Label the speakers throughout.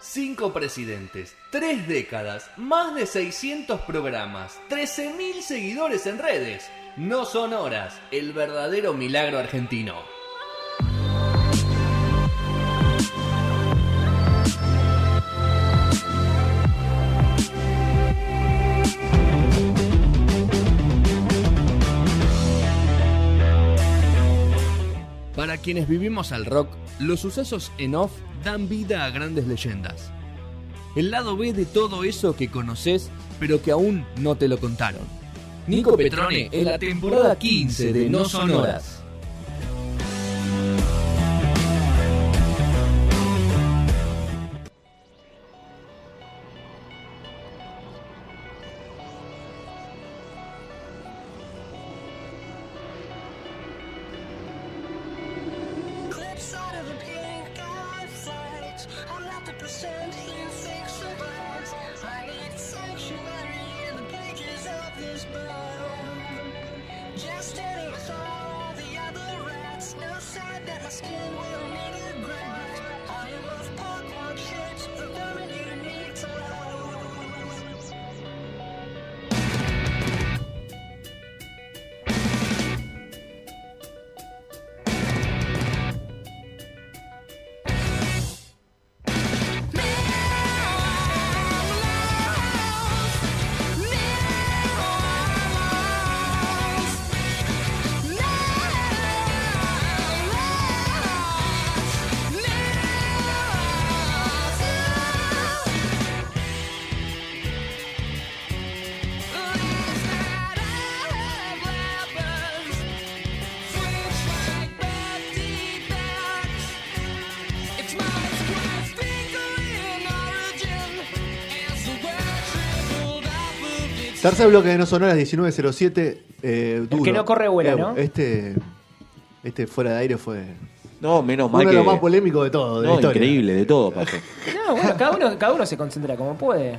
Speaker 1: Cinco presidentes, tres décadas, más de 600 programas, 13.000 seguidores en redes. No son horas, el verdadero milagro argentino. Para quienes vivimos al rock, los sucesos en off dan vida a grandes leyendas. El lado B de todo eso que conoces, pero que aún no te lo contaron. Nico Petrone en la temporada 15 de No Sonoras.
Speaker 2: Clips out of the pink outsides. I'm not the percent in six survives. I need sanctuary in the pages of this book. Just in it with all the other rats. No sign that my skin will need a grasp. I am of popcorn chips, the vermin you need to love. It's my squad fingering origin as the world shriveled up of its
Speaker 3: Tercer bloque de No Sonoras 1907. Eh, duro.
Speaker 4: que no corre vuela, ¿no?
Speaker 3: Este, este fuera de aire fue
Speaker 5: No, menos
Speaker 3: uno
Speaker 5: mal
Speaker 3: de
Speaker 5: que.
Speaker 3: los más polémicos de todo. De la
Speaker 5: eh, no,
Speaker 3: historia. Eh,
Speaker 5: increíble, de todo pasó.
Speaker 4: No, bueno, cada uno, cada uno se concentra como puede.
Speaker 3: Eh,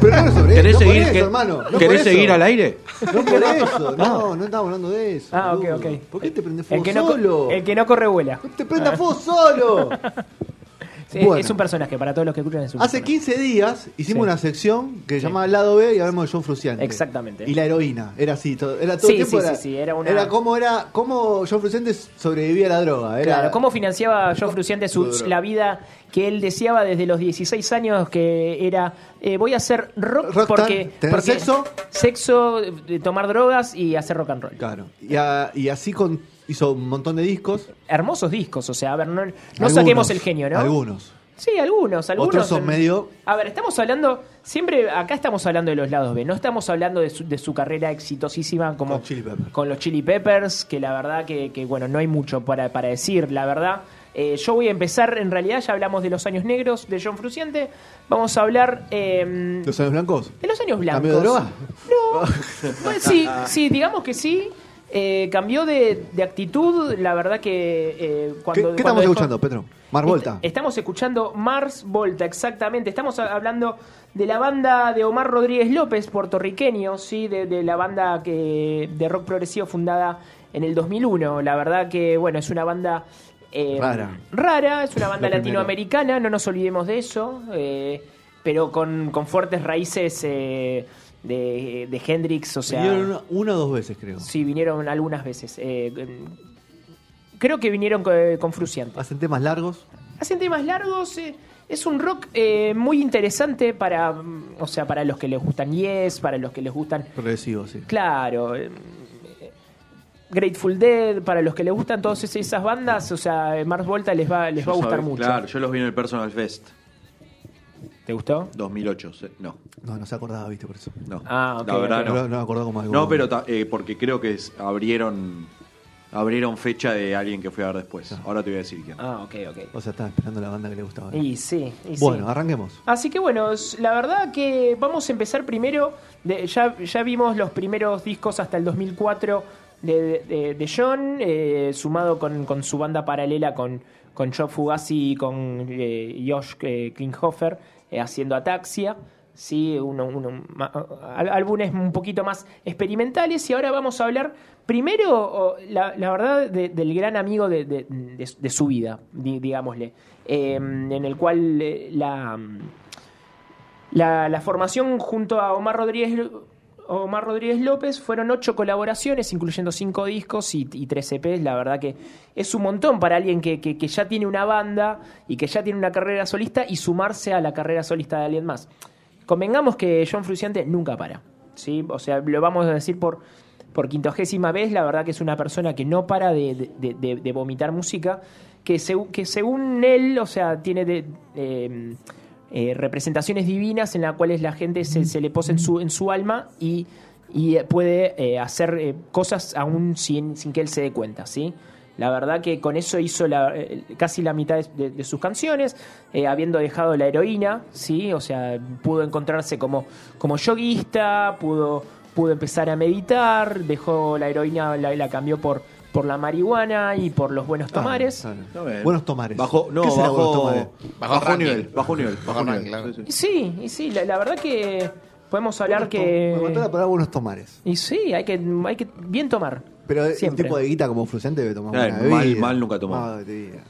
Speaker 3: Pero no es sobre
Speaker 5: ¿Querés
Speaker 3: eso, no por
Speaker 5: seguir,
Speaker 3: eso,
Speaker 5: que-
Speaker 3: hermano. No
Speaker 5: ¿querés
Speaker 3: por eso.
Speaker 5: seguir al aire?
Speaker 3: No por eso. No, no estamos hablando de eso.
Speaker 4: Ah, ok,
Speaker 3: boludo.
Speaker 4: ok.
Speaker 3: ¿Por qué te prendes fuego
Speaker 4: el que no, co-
Speaker 3: solo?
Speaker 4: El que Ah. no corre vuela.
Speaker 3: ¡No te prendas fuego solo!
Speaker 4: Sí,
Speaker 3: Bueno.
Speaker 4: Es un personaje, para todos los que escuchan es un
Speaker 3: Hace
Speaker 4: personaje.
Speaker 3: 15 días hicimos
Speaker 4: Sí.
Speaker 3: una sección que se llamaba El lado B y hablamos de John Fruciante.
Speaker 4: Exactamente.
Speaker 3: Y la heroína. Era así. Todo, era todo
Speaker 4: Sí,
Speaker 3: el tiempo.
Speaker 4: sí,
Speaker 3: era,
Speaker 4: sí, sí, era una-
Speaker 3: cómo era, cómo John Fruciante sobrevivía a la droga. Era,
Speaker 4: Claro, ¿cómo financiaba John Fruciante su-
Speaker 3: Duro.
Speaker 4: la vida que él deseaba desde los 16 años? Que era, eh, voy a hacer rock
Speaker 3: Rockstar,
Speaker 4: porque...
Speaker 3: tener
Speaker 4: porque-
Speaker 3: sexo.
Speaker 4: Sexo, eh, tomar drogas y hacer rock and roll.
Speaker 3: Claro. Y, a- y así con- hizo un montón de discos.
Speaker 4: Hermosos discos, o sea, a ver, no, no
Speaker 3: Algunos,
Speaker 4: saquemos el genio, ¿no?
Speaker 3: Algunos.
Speaker 4: Sí, algunos, algunos.
Speaker 3: Otros son medio-
Speaker 4: A ver, estamos hablando, siempre acá estamos hablando de los lados B, no estamos hablando de su, de su carrera exitosísima como
Speaker 3: Con Chili Peppers.
Speaker 4: con los Chili Peppers, que la verdad que, que, bueno, no hay mucho para, para decir, la verdad. Eh, yo voy a empezar, en realidad ya hablamos de los años negros de John Fruciante, vamos a hablar em,
Speaker 3: Los años blancos.
Speaker 4: de los años blancos.
Speaker 3: ¿Cambio de droga?
Speaker 4: No. Bueno, sí, sí, digamos que sí. Eh, cambió de, de actitud, la verdad que eh, cuando...
Speaker 3: ¿Qué, qué
Speaker 4: cuando
Speaker 3: estamos
Speaker 4: dejó-
Speaker 3: escuchando, Petro? Mar Volta.
Speaker 4: Est- estamos escuchando Mars Volta, exactamente. Estamos a- hablando de la banda de Omar Rodríguez López, puertorriqueño, sí, de, de la banda que, de rock progresivo fundada en el 2001. La verdad que, bueno, es una banda... eh,
Speaker 3: Rara.
Speaker 4: Rara, es una banda
Speaker 3: Lo primero.
Speaker 4: latinoamericana, no nos olvidemos de eso, eh, pero con, con fuertes raíces eh, de, de Hendrix, o sea...
Speaker 3: Vinieron una, una o dos veces, creo.
Speaker 4: Sí, vinieron algunas veces. eh, creo que vinieron con, con Fruciante.
Speaker 3: Hacen temas largos.
Speaker 4: Hacen temas largos. eh, es un rock eh, muy interesante para, mm, o sea, para los que les gustan Yes, para los que les gustan,
Speaker 3: Progresivos, sí.
Speaker 4: claro, eh, Grateful Dead, para los que les gustan todas es- esas bandas, o sea, eh, Mars Volta les va, les va a
Speaker 5: Yo
Speaker 4: gustar
Speaker 5: sabés-
Speaker 4: mucho.
Speaker 5: Claro, yo los vi en el Personal Fest
Speaker 4: ¿Te gustó?
Speaker 5: 2008. se- eh, No,
Speaker 3: No, no se acordaba, viste, por eso.
Speaker 5: no.
Speaker 4: Ah, ok,
Speaker 5: La verdad
Speaker 4: ok.
Speaker 3: No,
Speaker 5: no.
Speaker 3: no me acordaba como algo.
Speaker 5: No, pero ta- eh, porque creo que es- abrieron abrieron fecha de alguien que fui a ver después. Ahora te voy a decir quién.
Speaker 4: Ah, ok, ok.
Speaker 3: O sea, estaba esperando la banda que le gustaba.
Speaker 4: Y sí, y sí.
Speaker 3: Bueno, arranquemos.
Speaker 4: Así que bueno, s- la verdad que vamos a empezar primero, de- ya, ya vimos los primeros discos hasta el 2004 de, de- de John, eh, sumado con, con su banda paralela con, con Joe Fugazi y con eh, Josh eh, Klinghoffer, eh, haciendo Ataxia. sí, uno- uno- ma- al- álbumes un poquito más experimentales. Y ahora vamos a hablar primero, o, la, la verdad, de- del gran amigo de, de- de- de su vida, di- digámosle, eh, en el cual eh, la, la, la formación junto a Omar Rodríguez. Omar Rodríguez López fueron ocho colaboraciones, incluyendo cinco discos y, y tres EPs. La verdad que es un montón para alguien que, que- que ya tiene una banda y que ya tiene una carrera solista y sumarse a la carrera solista de alguien más. Convengamos que John Fruciante nunca para. ¿sí? O sea, lo vamos a decir por, por quintogésima vez. La verdad que es una persona que no para de, de- de- de vomitar música. Que, segu- que según él, o sea, tiene de, eh, eh, representaciones divinas en las cuales la gente se, se le posa en su, en su alma y, y, eh, puede eh, hacer eh, cosas aún sin, sin que él se dé cuenta, ¿sí? La verdad que con eso hizo la- eh, casi la mitad de, de sus canciones, eh, habiendo dejado la heroína, ¿sí? O sea, pudo encontrarse como, como yoguista, pudo, pudo empezar a meditar, dejó la heroína, la, la cambió por, por la marihuana y por los buenos tomares.
Speaker 3: Ah,
Speaker 5: Está
Speaker 3: claro.
Speaker 5: bien.
Speaker 3: Buenos tomares.
Speaker 5: Bajo, no,
Speaker 3: ¿Qué será buenos
Speaker 5: bajo,
Speaker 3: tomares?
Speaker 6: Bajo
Speaker 5: bajo
Speaker 6: ranking.
Speaker 5: nivel. Bajo nivel. Bajo,
Speaker 6: Bajo
Speaker 5: nivel.
Speaker 6: ranking, claro.
Speaker 5: Sí,
Speaker 4: Y
Speaker 5: sí.
Speaker 4: Sí, y sí, la, la verdad que podemos hablar
Speaker 3: Buenos tom- Me mató la
Speaker 4: que...
Speaker 3: palabra buenos tomares.
Speaker 4: Y sí, hay que, hay que bien tomar.
Speaker 3: Pero el
Speaker 4: Siempre.
Speaker 3: tipo de guita como Fruciante debe tomar
Speaker 5: Claro,
Speaker 3: una
Speaker 5: mal-
Speaker 3: bebida.
Speaker 5: mal nunca tomó.
Speaker 3: Madre mía.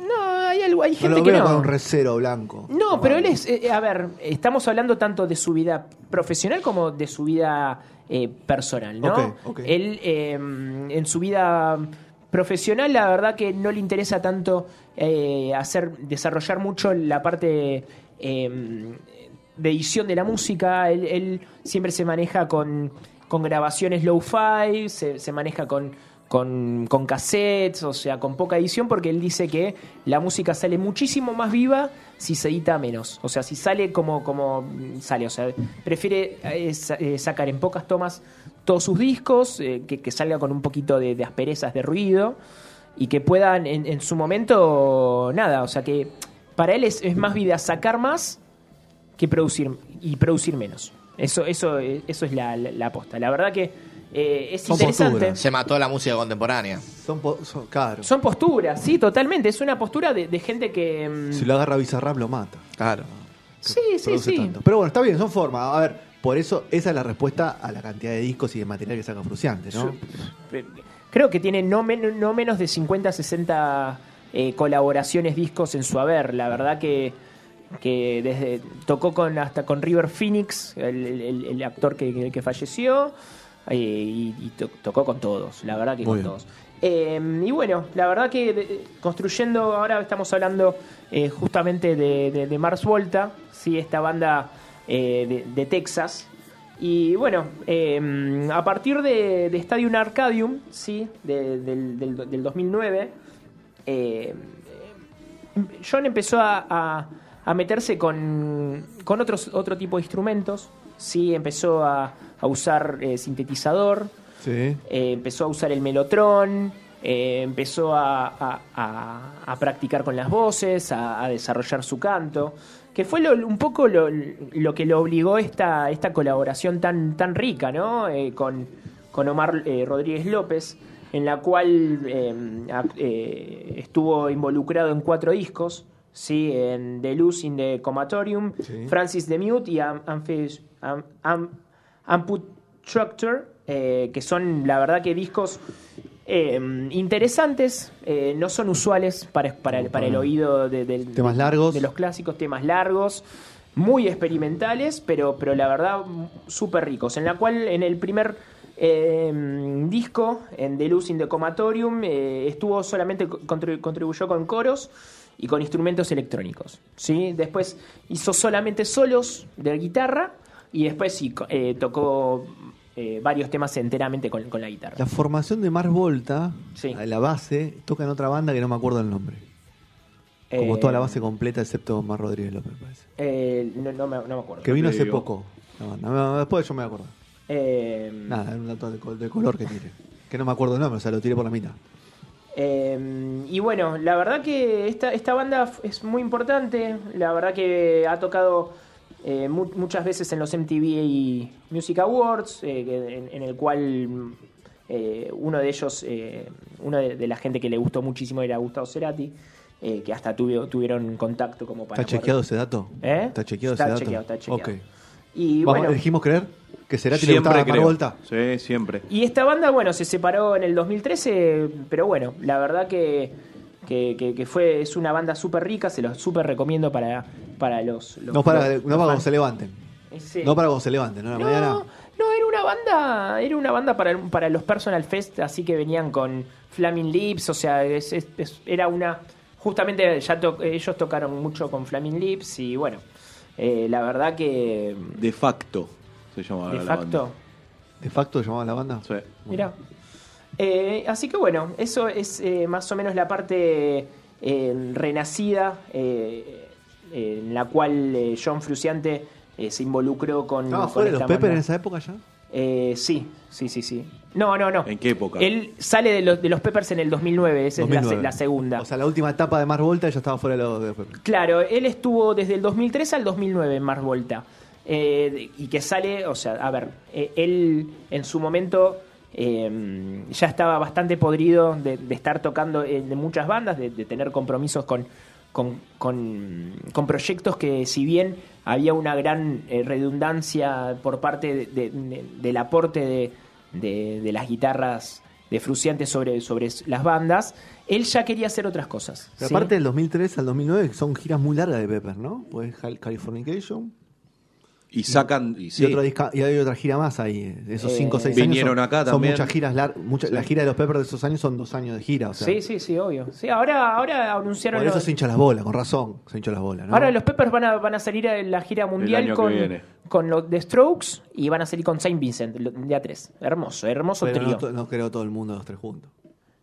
Speaker 4: No, hay, algo- hay
Speaker 3: No
Speaker 4: gente
Speaker 3: lo
Speaker 4: que
Speaker 3: veo
Speaker 4: no.
Speaker 3: con un recero blanco.
Speaker 4: No, pero él es, eh, a ver, estamos hablando tanto de su vida profesional como de su vida eh, personal, ¿no?
Speaker 3: Ok, ok.
Speaker 4: Él eh, en su vida profesional, la verdad que no le interesa tanto eh, hacer, desarrollar mucho la parte eh, de edición de la música. Él, él siempre se maneja con, con grabaciones low-fi, se, se maneja con con, con cassettes, o sea, con poca edición, porque él dice que la música sale muchísimo más viva si se edita menos. O sea, si sale como, como sale. O sea, prefiere eh, sa- eh, sacar en pocas tomas todos sus discos, eh, que, que salga con un poquito de, de asperezas, de ruido, y que puedan en, en su momento, nada, o sea que para él es, es más vida sacar más que producir y producir menos. Eso, eso, eso es la, la, la aposta. La verdad que eh, es
Speaker 3: Son
Speaker 4: interesante.
Speaker 3: posturas.
Speaker 6: Se mató la música contemporánea.
Speaker 3: Son, po- son caros.
Speaker 4: Son posturas, sí, totalmente. Es una postura de, de gente que. mm,
Speaker 3: Si lo agarra Bizarrap lo mata.
Speaker 6: Claro.
Speaker 4: sí, sí,
Speaker 3: Produce
Speaker 4: sí.
Speaker 3: tanto. Pero bueno, está bien, son formas. A ver, por eso esa es la respuesta a la cantidad de discos y de material que saca Fruciante, ¿no?
Speaker 4: Creo que tiene no, men- no menos de 50, 60 eh, colaboraciones, discos en su haber. La verdad que, que desde tocó con hasta con River Phoenix, el, el- el actor que, que falleció, eh, y, y to- tocó con todos. La verdad que con
Speaker 3: bien.
Speaker 4: todos. Eh, y bueno, la verdad que de- construyendo, ahora estamos hablando eh, justamente de, de- de Mars Volta, ¿sí? esta banda eh, de, de Texas. Y bueno, eh, a partir de, de Stadium Arcadium, ¿sí? de- del, del- del 2009, eh, John empezó a, a- a meterse con, con otros, otro tipo de instrumentos, ¿sí? empezó a, a usar eh, sintetizador,
Speaker 3: Sí.
Speaker 4: eh, empezó a usar el melotrón, eh, empezó a, a- a- a practicar con las voces, a, a desarrollar su canto, que fue lo- un poco lo, lo que lo obligó esta, esta colaboración tan, tan rica, ¿no? Eh, con, con Omar eh, Rodríguez López, en la cual eh, ac- eh, estuvo involucrado en cuatro discos. Sí, en The Luz in the Comatorium, Francis the Mute y Am- Amphi- Am- Am- Amput Structure, eh, que son la verdad que discos eh, interesantes, eh, no son usuales para, para, el- para el oído de, del-
Speaker 3: Temas largos.
Speaker 4: de los clásicos, temas largos, muy experimentales, pero, pero la verdad mm, súper ricos, en la cual en el primer eh, disco, en The Luz in the Comatorium, eh, estuvo solamente contribu- contribuyó con coros y con instrumentos electrónicos. ¿sí? Después hizo solamente solos de guitarra y después sí, co- eh, tocó eh, varios temas enteramente con, con la guitarra.
Speaker 3: La formación de Mars Volta,
Speaker 4: Sí.
Speaker 3: a la base, toca en otra banda que no me acuerdo el nombre. Como
Speaker 4: Eh,
Speaker 3: toda la base completa, excepto Mar Rodríguez López, me parece.
Speaker 4: eh, no, no me, no me acuerdo.
Speaker 3: Que vino
Speaker 5: Te
Speaker 3: hace
Speaker 5: digo.
Speaker 3: poco la banda. No, Después yo me acuerdo.
Speaker 4: Eh,
Speaker 3: Nada, era un dato de, col- de color que tiré. Que no me acuerdo el nombre, o sea, lo tiré por la mitad.
Speaker 4: Eh, y bueno, la verdad que esta, esta banda f- es muy importante. La verdad que ha tocado eh, mu- muchas veces en los MTV y Music Awards, eh, que- en, en el cual mm, Eh, uno de ellos, eh, uno de, de la gente que le gustó muchísimo era Gustavo Cerati, eh, que hasta tuvi- tuvieron contacto como para.
Speaker 3: ¿Está
Speaker 4: jugar.
Speaker 3: chequeado ese dato?
Speaker 4: ¿Eh?
Speaker 3: ¿Está chequeado
Speaker 4: Está
Speaker 3: ese dato?
Speaker 4: chequeado, está chequeado.
Speaker 3: Ok.
Speaker 4: Y
Speaker 3: Vamos,
Speaker 4: bueno,
Speaker 3: ¿Elegimos creer que será le gustaba dar vuelta?
Speaker 5: Sí, siempre.
Speaker 4: Y esta banda, bueno, se separó en el 2013, pero bueno, la verdad que, que, que- que fue, es una banda súper rica, se los súper recomiendo para, para los, los-
Speaker 3: No para,
Speaker 4: los- los
Speaker 3: no para cuando
Speaker 4: fans.
Speaker 3: se levanten.
Speaker 4: Ese-
Speaker 3: No para cuando se levanten, ¿no? A La
Speaker 4: no,
Speaker 3: mañana.
Speaker 4: no, era una banda, era una banda para, para los Personal Fest, así que venían con Flaming Lips, o sea, es- es- es- era una... Justamente ya to- ellos tocaron mucho con Flaming Lips y bueno, eh, la verdad que...
Speaker 5: De facto se llamaba
Speaker 4: De
Speaker 5: la
Speaker 4: facto...
Speaker 5: banda.
Speaker 3: ¿De facto llamaban la banda?
Speaker 5: Sí.
Speaker 4: Mirá. Eh, así que bueno, eso es eh, más o menos la parte eh, renacida eh, eh, en la cual eh, John Fruciante eh, se involucró con.
Speaker 3: ¿Estaba
Speaker 4: con
Speaker 3: fuera Ah, de
Speaker 4: esta
Speaker 3: los Peppers
Speaker 4: banda.
Speaker 3: en esa época ya?
Speaker 4: Eh, sí, sí, sí, sí. No, no, no.
Speaker 5: ¿En qué época?
Speaker 4: Él sale de los, de los Peppers en el 2009, esa es la se-
Speaker 3: 2009.
Speaker 4: la, segunda.
Speaker 3: O sea, la última etapa de Mars Volta ya estaba fuera de los de los Peppers.
Speaker 4: Claro, él estuvo desde el 2003 al 2009 en Mars Volta. Eh, y que sale, o sea, a ver, eh, él en su momento eh, ya estaba bastante podrido de, de estar tocando en de muchas bandas, de, de tener compromisos con, con, con- con proyectos que si bien había una gran eh, redundancia por parte de- de- de- del aporte de, de- de las guitarras de Fruciante sobre, sobre las bandas, él ya quería hacer otras cosas.
Speaker 3: Pero
Speaker 4: ¿sí?
Speaker 3: Aparte del 2003 al 2009 son giras muy largas de Peppers, ¿no? Pues Cal- Californication
Speaker 5: Y sacan. Y, sí.
Speaker 3: y, otro disca- y hay otra gira más ahí. eh, Esos
Speaker 4: Eh,
Speaker 3: 5 o 6 años.
Speaker 5: vinieron
Speaker 3: son-
Speaker 5: acá
Speaker 3: son
Speaker 5: también.
Speaker 3: muchas giras largas. La gira de los Peppers de esos años son dos años de gira. O sea,
Speaker 4: Sí, sí, sí, obvio. Sí, ahora, ahora anunciaron.
Speaker 3: Por eso
Speaker 4: los-
Speaker 3: se hincha las bolas, con razón. Se hincha las bolas, ¿no?
Speaker 4: Ahora los Peppers van a, van a salir a la gira mundial
Speaker 5: año que
Speaker 4: con,
Speaker 5: viene.
Speaker 4: con los The Strokes y van a salir con Saint Vincent, lo- día 3. Hermoso, hermoso
Speaker 3: Pero
Speaker 4: trío.
Speaker 3: no, to- no creo a todo el mundo los tres juntos.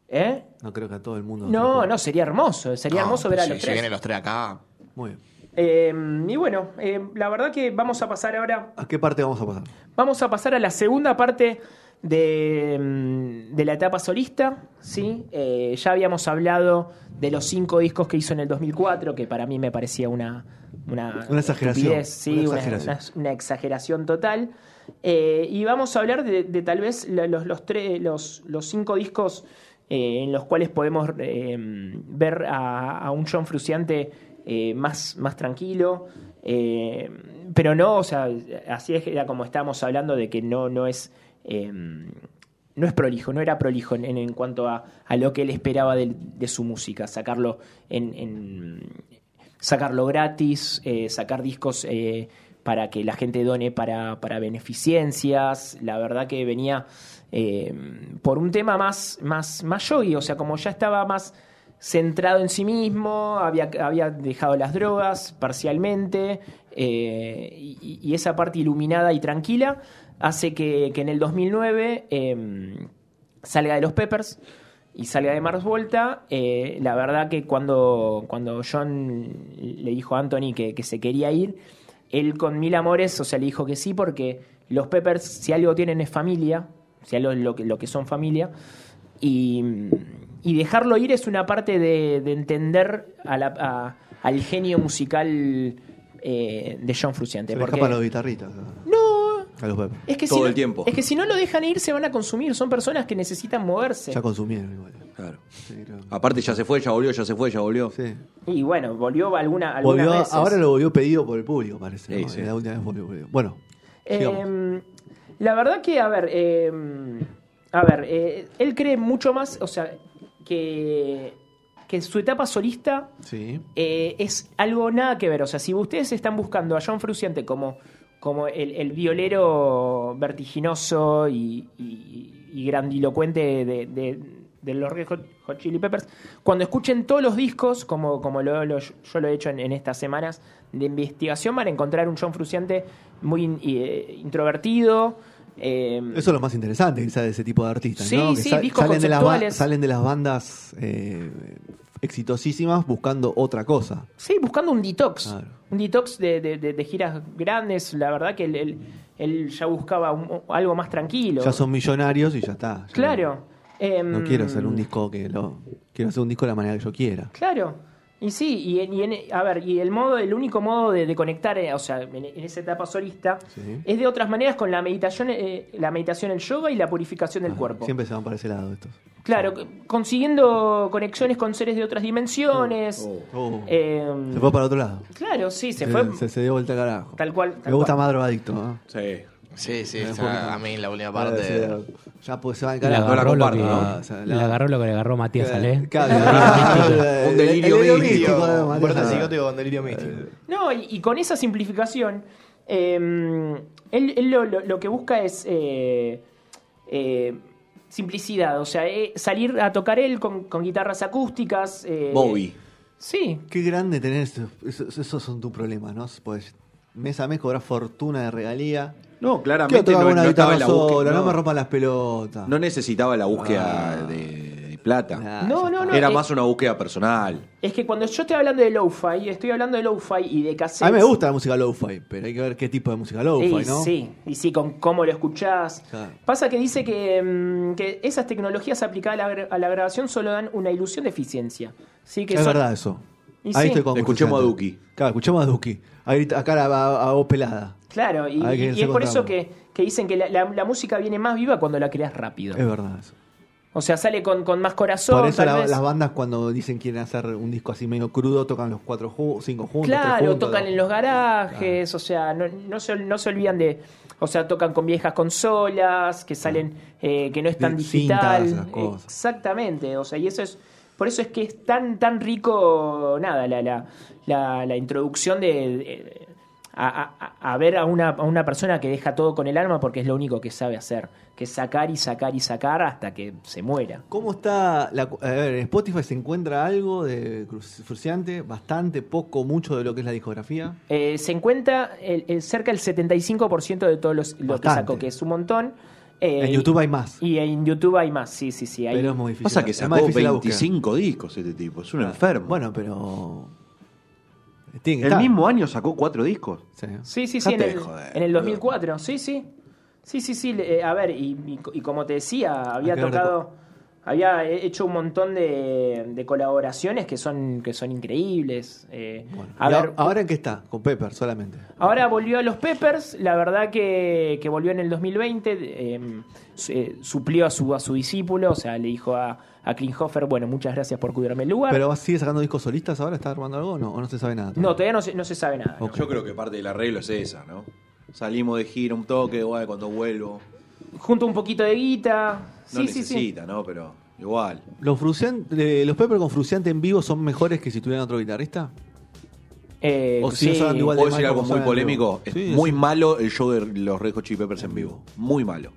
Speaker 4: ¿Eh?
Speaker 3: No creo que a todo el mundo. los tres
Speaker 4: No,
Speaker 3: juntos.
Speaker 4: no, sería hermoso. Sería
Speaker 6: No,
Speaker 4: hermoso ver a
Speaker 6: si-
Speaker 4: los
Speaker 6: si
Speaker 4: tres.
Speaker 6: vienen los tres acá.
Speaker 3: Muy bien.
Speaker 4: Eh, y bueno, eh, la verdad que vamos a pasar ahora.
Speaker 3: ¿A qué parte vamos a pasar?
Speaker 4: Vamos a pasar a la segunda parte de, mm, de la etapa solista. ¿sí? Eh, ya habíamos hablado de los cinco discos que hizo en el 2004, que para mí me parecía una. Una,
Speaker 3: Una exageración,
Speaker 4: estupidez, sí,
Speaker 3: una
Speaker 4: una,
Speaker 3: exageración.
Speaker 4: una- una exageración total. Eh, y vamos a hablar de, de tal vez la- los, los, tres- los, los cinco discos eh, en los cuales podemos eh, ver a, a un John Fruciante eh, más, más tranquilo. eh, pero no, o sea, así es que era como estábamos hablando de que no, no es. eh, no es prolijo, no era prolijo en, en cuanto a, a lo que él esperaba del- de, su música, sacarlo en, en- sacarlo gratis, eh, sacar discos eh, para que la gente done para, para beneficencias. La verdad que venía eh, por un tema más, más, más yogi, o sea, como ya estaba más centrado en sí mismo, había, había dejado las drogas parcialmente, eh, y, y esa parte iluminada y tranquila hace que, que en el 2009 em, salga de los Peppers y salga de Mars Volta, eh, la verdad que cuando, cuando John le dijo a Anthony que, que se quería ir, él con mil amores, o sea, le dijo que sí, porque los Peppers, si algo tienen es familia, si algo es lo que, lo que son familia, y, y dejarlo ir es una parte de, de entender a la- a- al genio musical eh, de John Fruciante.
Speaker 3: Se le
Speaker 4: porque-
Speaker 3: escapan los guitarritas.
Speaker 4: No,
Speaker 3: A los Peppers.
Speaker 4: es que,
Speaker 5: Todo
Speaker 4: si
Speaker 5: el
Speaker 4: no,
Speaker 5: tiempo.
Speaker 4: es que si no lo dejan ir, se van a consumir. Son personas que necesitan moverse.
Speaker 3: Ya consumieron igual.
Speaker 5: Claro.
Speaker 3: Sí, creo.
Speaker 5: Aparte, ya se fue, ya volvió, ya se fue, ya volvió.
Speaker 3: Sí.
Speaker 4: Y bueno, volvió alguna, algunas
Speaker 3: Volvió,
Speaker 4: veces.
Speaker 3: ahora lo volvió pedido por el público, parece.
Speaker 5: Sí,
Speaker 3: ¿no?
Speaker 5: sí.
Speaker 3: La última vez volvió pedido. Bueno,
Speaker 4: Eh,
Speaker 3: sigamos.
Speaker 4: la verdad que, a ver, eh, a ver, eh, él cree mucho más, o sea, que, que su etapa solista
Speaker 3: sí.
Speaker 4: eh, es algo nada que ver. O sea, si ustedes están buscando a John Fruciante como, como el, el violero vertiginoso y, y- y grandilocuente de, de- de los Red Hot, Hot Chili Peppers, cuando escuchen todos los discos, como, como lo- lo- yo lo he hecho en, en estas semanas de investigación, van a encontrar un John Fruciante muy in- y, eh, introvertido. eh,
Speaker 3: Eso es lo más interesante, quizás, de ese tipo de artistas.
Speaker 4: Sí,
Speaker 3: ¿no? Que
Speaker 4: sí,
Speaker 3: sa-
Speaker 4: discos
Speaker 3: salen, de las ba-
Speaker 4: conceptuales.
Speaker 3: salen de las bandas eh, exitosísimas buscando otra cosa.
Speaker 4: Sí, buscando un detox.
Speaker 3: Claro.
Speaker 4: Un detox de, de- de- de giras grandes. La verdad que él, él- él ya buscaba un- algo más tranquilo.
Speaker 3: Ya son millonarios y ya está. Ya
Speaker 4: Claro. Mm. Em,
Speaker 3: No quiero hacer un disco que lo. Quiero hacer un disco de la manera que yo quiera.
Speaker 4: Claro. Y sí, y, en- y en- a ver, y el modo, el único modo de, de conectar, eh, o sea, en, en esa etapa solista,
Speaker 3: Sí.
Speaker 4: es de otras maneras con la meditación, eh, la meditación, el yoga y la purificación del cuerpo.
Speaker 3: Ah, Siempre se van para ese lado estos.
Speaker 4: Claro, c- consiguiendo conexiones con seres de otras dimensiones.
Speaker 3: Oh.
Speaker 4: eh,
Speaker 3: Se fue para otro lado. Eh,
Speaker 4: Claro, sí, se fue
Speaker 3: se, se dio vuelta al carajo.
Speaker 4: tal cual. tal
Speaker 3: Me gusta
Speaker 4: cual.
Speaker 3: más drogadicto. ¿no?
Speaker 5: Sí.
Speaker 6: Sí, sí,
Speaker 3: Me
Speaker 6: está-
Speaker 3: acuerdo.
Speaker 6: a mí la última
Speaker 3: Ahora Eh, sí,
Speaker 6: parte.
Speaker 3: Ya pues se va al
Speaker 7: Le
Speaker 3: carajo.
Speaker 7: agarró, lo que,
Speaker 3: ¿no? Eh, O sea,
Speaker 7: le agarró lo que le agarró Matías Ale.
Speaker 3: Claro,
Speaker 6: Un delirio
Speaker 3: El- el
Speaker 6: místico.
Speaker 3: además,
Speaker 6: Un
Speaker 3: eh, Matías
Speaker 6: brote
Speaker 3: Ale.
Speaker 6: psicótico con delirio místico.
Speaker 4: No, y, y con esa simplificación, eh, él, él lo, lo- lo que busca es eh, eh, simplicidad, o sea, eh, salir a tocar él con, con guitarras acústicas. eh,
Speaker 5: Bobby.
Speaker 4: Sí,
Speaker 3: Qué grande tener esos, esos, esos son tus problemas, ¿no? Pues mes a mes cobras fortuna de regalía.
Speaker 5: No,
Speaker 3: Quiero
Speaker 5: claramente
Speaker 3: tocar
Speaker 5: no,
Speaker 3: una
Speaker 5: no estaba
Speaker 3: guitarra
Speaker 5: en la
Speaker 3: sola,
Speaker 5: búsqueda.
Speaker 3: no.
Speaker 5: No, Ah.
Speaker 3: me rompan las pelotas.
Speaker 5: no necesitaba la búsqueda de, de plata.
Speaker 3: Nah,
Speaker 4: No,
Speaker 3: Ah, ya
Speaker 4: no,
Speaker 3: está.
Speaker 4: no.
Speaker 5: Era
Speaker 4: eh,
Speaker 5: más una búsqueda personal.
Speaker 4: es que cuando yo estoy hablando de lo-fi, estoy hablando de lo-fi y de cassettes.
Speaker 3: A mí me gusta la música lo-fi, pero hay que ver qué tipo de música lo-fi,
Speaker 4: Y
Speaker 3: ¿no?
Speaker 4: sí, y sí, con cómo lo escuchás.
Speaker 3: Claro.
Speaker 4: Pasa que dice que, mm, que esas tecnologías aplicadas a la, gra- a la grabación solo dan una ilusión de eficiencia. Sí, que
Speaker 3: Es
Speaker 4: son-
Speaker 3: verdad eso.
Speaker 4: Y
Speaker 3: Ahí
Speaker 4: sí.
Speaker 3: estoy con
Speaker 5: Escuchemos
Speaker 3: Cristiano.
Speaker 5: a Duki.
Speaker 3: Claro, escuchemos a Duki. A grita- acá a, a- a voz pelada.
Speaker 4: Claro, y,
Speaker 3: Hay que
Speaker 4: y
Speaker 3: irse
Speaker 4: es por
Speaker 3: con
Speaker 4: eso
Speaker 3: rama.
Speaker 4: que, que dicen que la, la- la música viene más viva cuando la creas rápido.
Speaker 3: Es verdad eso.
Speaker 4: O sea, sale con, con más corazón.
Speaker 3: Por eso
Speaker 4: tal
Speaker 3: la-
Speaker 4: vez.
Speaker 3: las bandas cuando dicen quieren hacer un disco así medio crudo tocan los cuatro ju- cinco juntos. tres
Speaker 4: Claro,
Speaker 3: juntos,
Speaker 4: tocan
Speaker 3: dos.
Speaker 4: en los garajes, o sea, no, no se, no se olvidan de. O sea, tocan con viejas consolas, que salen, eh, que no es tan
Speaker 3: De cintas,
Speaker 4: digital. Eh,
Speaker 3: esas cosas.
Speaker 4: Exactamente, o sea, y eso es. Por eso es que es tan, tan rico, nada, la, la, la, la introducción de. de- a, a- a ver a una, a una persona que deja todo con el alma porque es lo único que sabe hacer, que es sacar y sacar y sacar hasta que se muera.
Speaker 3: ¿Cómo está? La, cu- a ver, en Spotify se encuentra algo de Cruz- Fruciante, bastante, poco, mucho de lo que es la discografía.
Speaker 4: Eh, se encuentra el, el- cerca del 75% de todos los lo que
Speaker 3: Bastante.
Speaker 4: sacó, que es un montón. Eh,
Speaker 3: en YouTube hay más,
Speaker 4: Y en YouTube hay más, sí, sí, sí. hay-
Speaker 3: pero es muy difícil.
Speaker 5: Pasa que
Speaker 3: Es más
Speaker 5: sacó
Speaker 3: difícil la búsqueda.
Speaker 5: 25 discos este tipo. Es un enfermo.
Speaker 3: Bueno, pero. Tiene que
Speaker 5: el
Speaker 3: estar.
Speaker 5: mismo año sacó cuatro discos.
Speaker 3: Sí.
Speaker 4: Sí, sí, sí, en
Speaker 5: Dejate
Speaker 4: el,
Speaker 5: de joder,
Speaker 4: en el 2004, sí, sí. Sí, sí, sí, le- eh, a ver, y, y co- y como te decía, había
Speaker 3: Hay que ver de
Speaker 4: tocado, había he- hecho un montón de, de colaboraciones que son, que son increíbles. eh,
Speaker 3: Bueno,
Speaker 4: a
Speaker 3: y
Speaker 4: ver,
Speaker 3: ahora- ¿Ahora en qué está? Con Pepper solamente.
Speaker 4: Ahora volvió a los Peppers, la verdad que, que volvió en el 2020, eh, su- eh, suplió a su, a su discípulo, o sea, le dijo a, a Klinghoffer, bueno, muchas gracias por cuidarme el lugar.
Speaker 3: ¿Pero sigue sacando discos solistas ahora? ¿Está armando algo o no? ¿O no se sabe nada?
Speaker 4: no, todavía no se, no se sabe nada. ¿no?
Speaker 3: Ok.
Speaker 5: Yo creo que parte del arreglo es esa, ¿no? Salimos de gira un toque, guay, cuando vuelvo.
Speaker 4: Junto un poquito de guita.
Speaker 5: No
Speaker 4: sí, sí, sí.
Speaker 5: necesita, ¿no? Pero igual.
Speaker 3: ¿Los, Frucian- eh, ¿Los Pepper con Fruciante en vivo son mejores que si tuvieran otro guitarrista?
Speaker 4: Eh,
Speaker 3: O si no
Speaker 4: sí.
Speaker 3: saben igual
Speaker 5: ¿Puedo
Speaker 3: de
Speaker 5: decir
Speaker 3: mal como
Speaker 5: algo muy
Speaker 3: suena en
Speaker 5: polémico?
Speaker 3: vivo.
Speaker 5: Es
Speaker 3: Sí,
Speaker 5: muy
Speaker 3: sí.
Speaker 5: malo el show de los Red Hot Chili Peppers en vivo. Muy malo.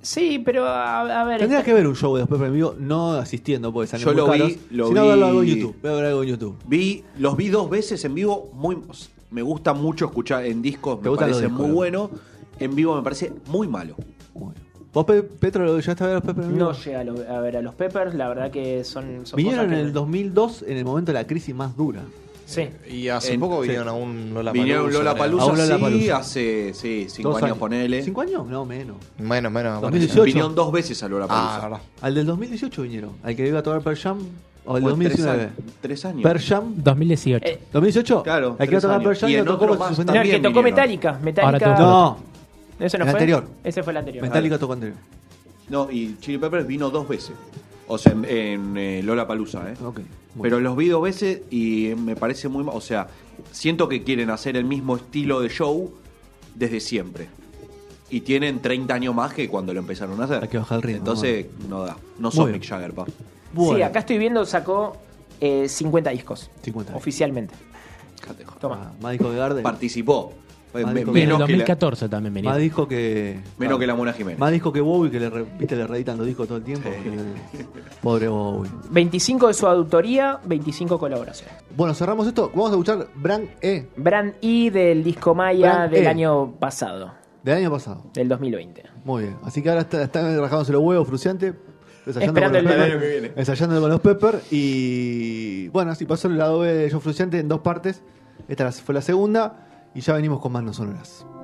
Speaker 4: Sí, pero a, a ver...
Speaker 3: Tendría
Speaker 4: está-
Speaker 3: que ver un show de los Pepper en vivo, no asistiendo, porque salen
Speaker 5: Yo
Speaker 3: muy
Speaker 5: lo vi,
Speaker 3: caros.
Speaker 5: lo
Speaker 3: si no,
Speaker 5: vi-
Speaker 3: verlo algo en YouTube. Voy a ver algo en YouTube.
Speaker 5: Vi, los vi dos veces en vivo. Muy, me gusta mucho escuchar en discos,
Speaker 3: ¿Te
Speaker 5: me
Speaker 3: gustan los
Speaker 5: parece
Speaker 3: discos,
Speaker 5: muy
Speaker 3: no?
Speaker 5: bueno. En vivo me parece muy malo.
Speaker 3: Bueno. ¿Vos, Pe- Petro, lo llegaste a ver a los Pepper en vivo?
Speaker 4: No llega a, lo- a ver a los Peppers, la verdad que son... son
Speaker 3: Vinieron en
Speaker 4: cosas que-
Speaker 3: el 2002, en el momento de la crisis más dura.
Speaker 4: Sí.
Speaker 6: Y hace
Speaker 5: En-
Speaker 6: poco
Speaker 5: sí.
Speaker 6: vinieron a un Lola
Speaker 5: Vinieron Lola
Speaker 3: A un
Speaker 5: Palusa, sí,
Speaker 3: Lollapalooza.
Speaker 5: hace sí, cinco
Speaker 3: Dos
Speaker 5: años, ponele.
Speaker 3: ¿Cinco años? No, menos.
Speaker 6: Menos, menos.
Speaker 3: 2018.
Speaker 5: Vinieron dos veces a Lola
Speaker 6: Ah, verdad.
Speaker 5: Palusa.
Speaker 3: Al del 2018 vinieron. Al que iba a tocar Pearl Jam. O al 2019.
Speaker 5: Tres, años.
Speaker 3: Pearl Jam.
Speaker 7: 2018.
Speaker 4: Eh,
Speaker 3: 2018.
Speaker 5: Claro,
Speaker 3: Al que iba a
Speaker 5: tres
Speaker 3: tocar
Speaker 5: años.
Speaker 3: Pearl Jam
Speaker 5: Y
Speaker 3: y lo
Speaker 5: en
Speaker 3: tocó
Speaker 5: otro
Speaker 3: porque
Speaker 5: más
Speaker 3: se
Speaker 4: No,
Speaker 3: suspendió.
Speaker 4: el que
Speaker 5: También
Speaker 4: tocó
Speaker 5: vinieron.
Speaker 4: Metallica. Metallica...
Speaker 7: tocó-
Speaker 3: No,
Speaker 4: ¿Ese no
Speaker 3: el
Speaker 4: fue?
Speaker 3: anterior.
Speaker 4: Ese fue el anterior.
Speaker 3: Metallica tocó anterior.
Speaker 5: No, y Chili Peppers vino dos veces. O sea, en, Lola Palusa, ¿eh?
Speaker 3: Ok, muy
Speaker 5: Pero los vi dos veces y me parece muy mal. O sea, siento que quieren hacer el mismo estilo de show desde siempre. Y tienen 30 años más que cuando lo empezaron a hacer.
Speaker 3: Hay que bajar el ritmo,
Speaker 5: Entonces, no da. No
Speaker 3: Muy
Speaker 5: son
Speaker 3: bien.
Speaker 5: Mick Jagger, pa.
Speaker 4: Sí,
Speaker 3: Bueno.
Speaker 4: acá estoy viendo, sacó eh, 50 discos.
Speaker 3: 50.
Speaker 4: Oficialmente.
Speaker 5: Fíjate, joder.
Speaker 4: Toma.
Speaker 3: Ah, más disco que Garden.
Speaker 5: Participó. Eh,
Speaker 3: Mal
Speaker 5: me-
Speaker 3: con-
Speaker 7: y en
Speaker 5: menos
Speaker 7: el
Speaker 5: que, la,
Speaker 7: 2014 también venía.
Speaker 3: Más disco que.
Speaker 5: menos que la Mona Jiménez.
Speaker 3: Más disco que Bowie, que le, re- viste, le reeditan los discos todo el tiempo. Pobre Bowie.
Speaker 4: 25 de su autoría, 25 colaboraciones.
Speaker 3: Bueno, cerramos esto. Vamos a escuchar Brand E
Speaker 4: Brand E del disco Maya
Speaker 3: Brand
Speaker 4: del
Speaker 3: E.
Speaker 4: año pasado,
Speaker 3: del año pasado.
Speaker 4: del 2020.
Speaker 3: Muy bien. Así que ahora está- están rajándose los huevos, fruciante. Ensayando
Speaker 4: Esperando
Speaker 3: con, los
Speaker 4: el
Speaker 3: Pepper,
Speaker 4: año
Speaker 5: que viene.
Speaker 3: ensayando con los Pepper. Y bueno, así pasó el lado B de Yo Fruciante en dos partes. Esta la- fue la segunda. Y ya venimos con más no sonoras.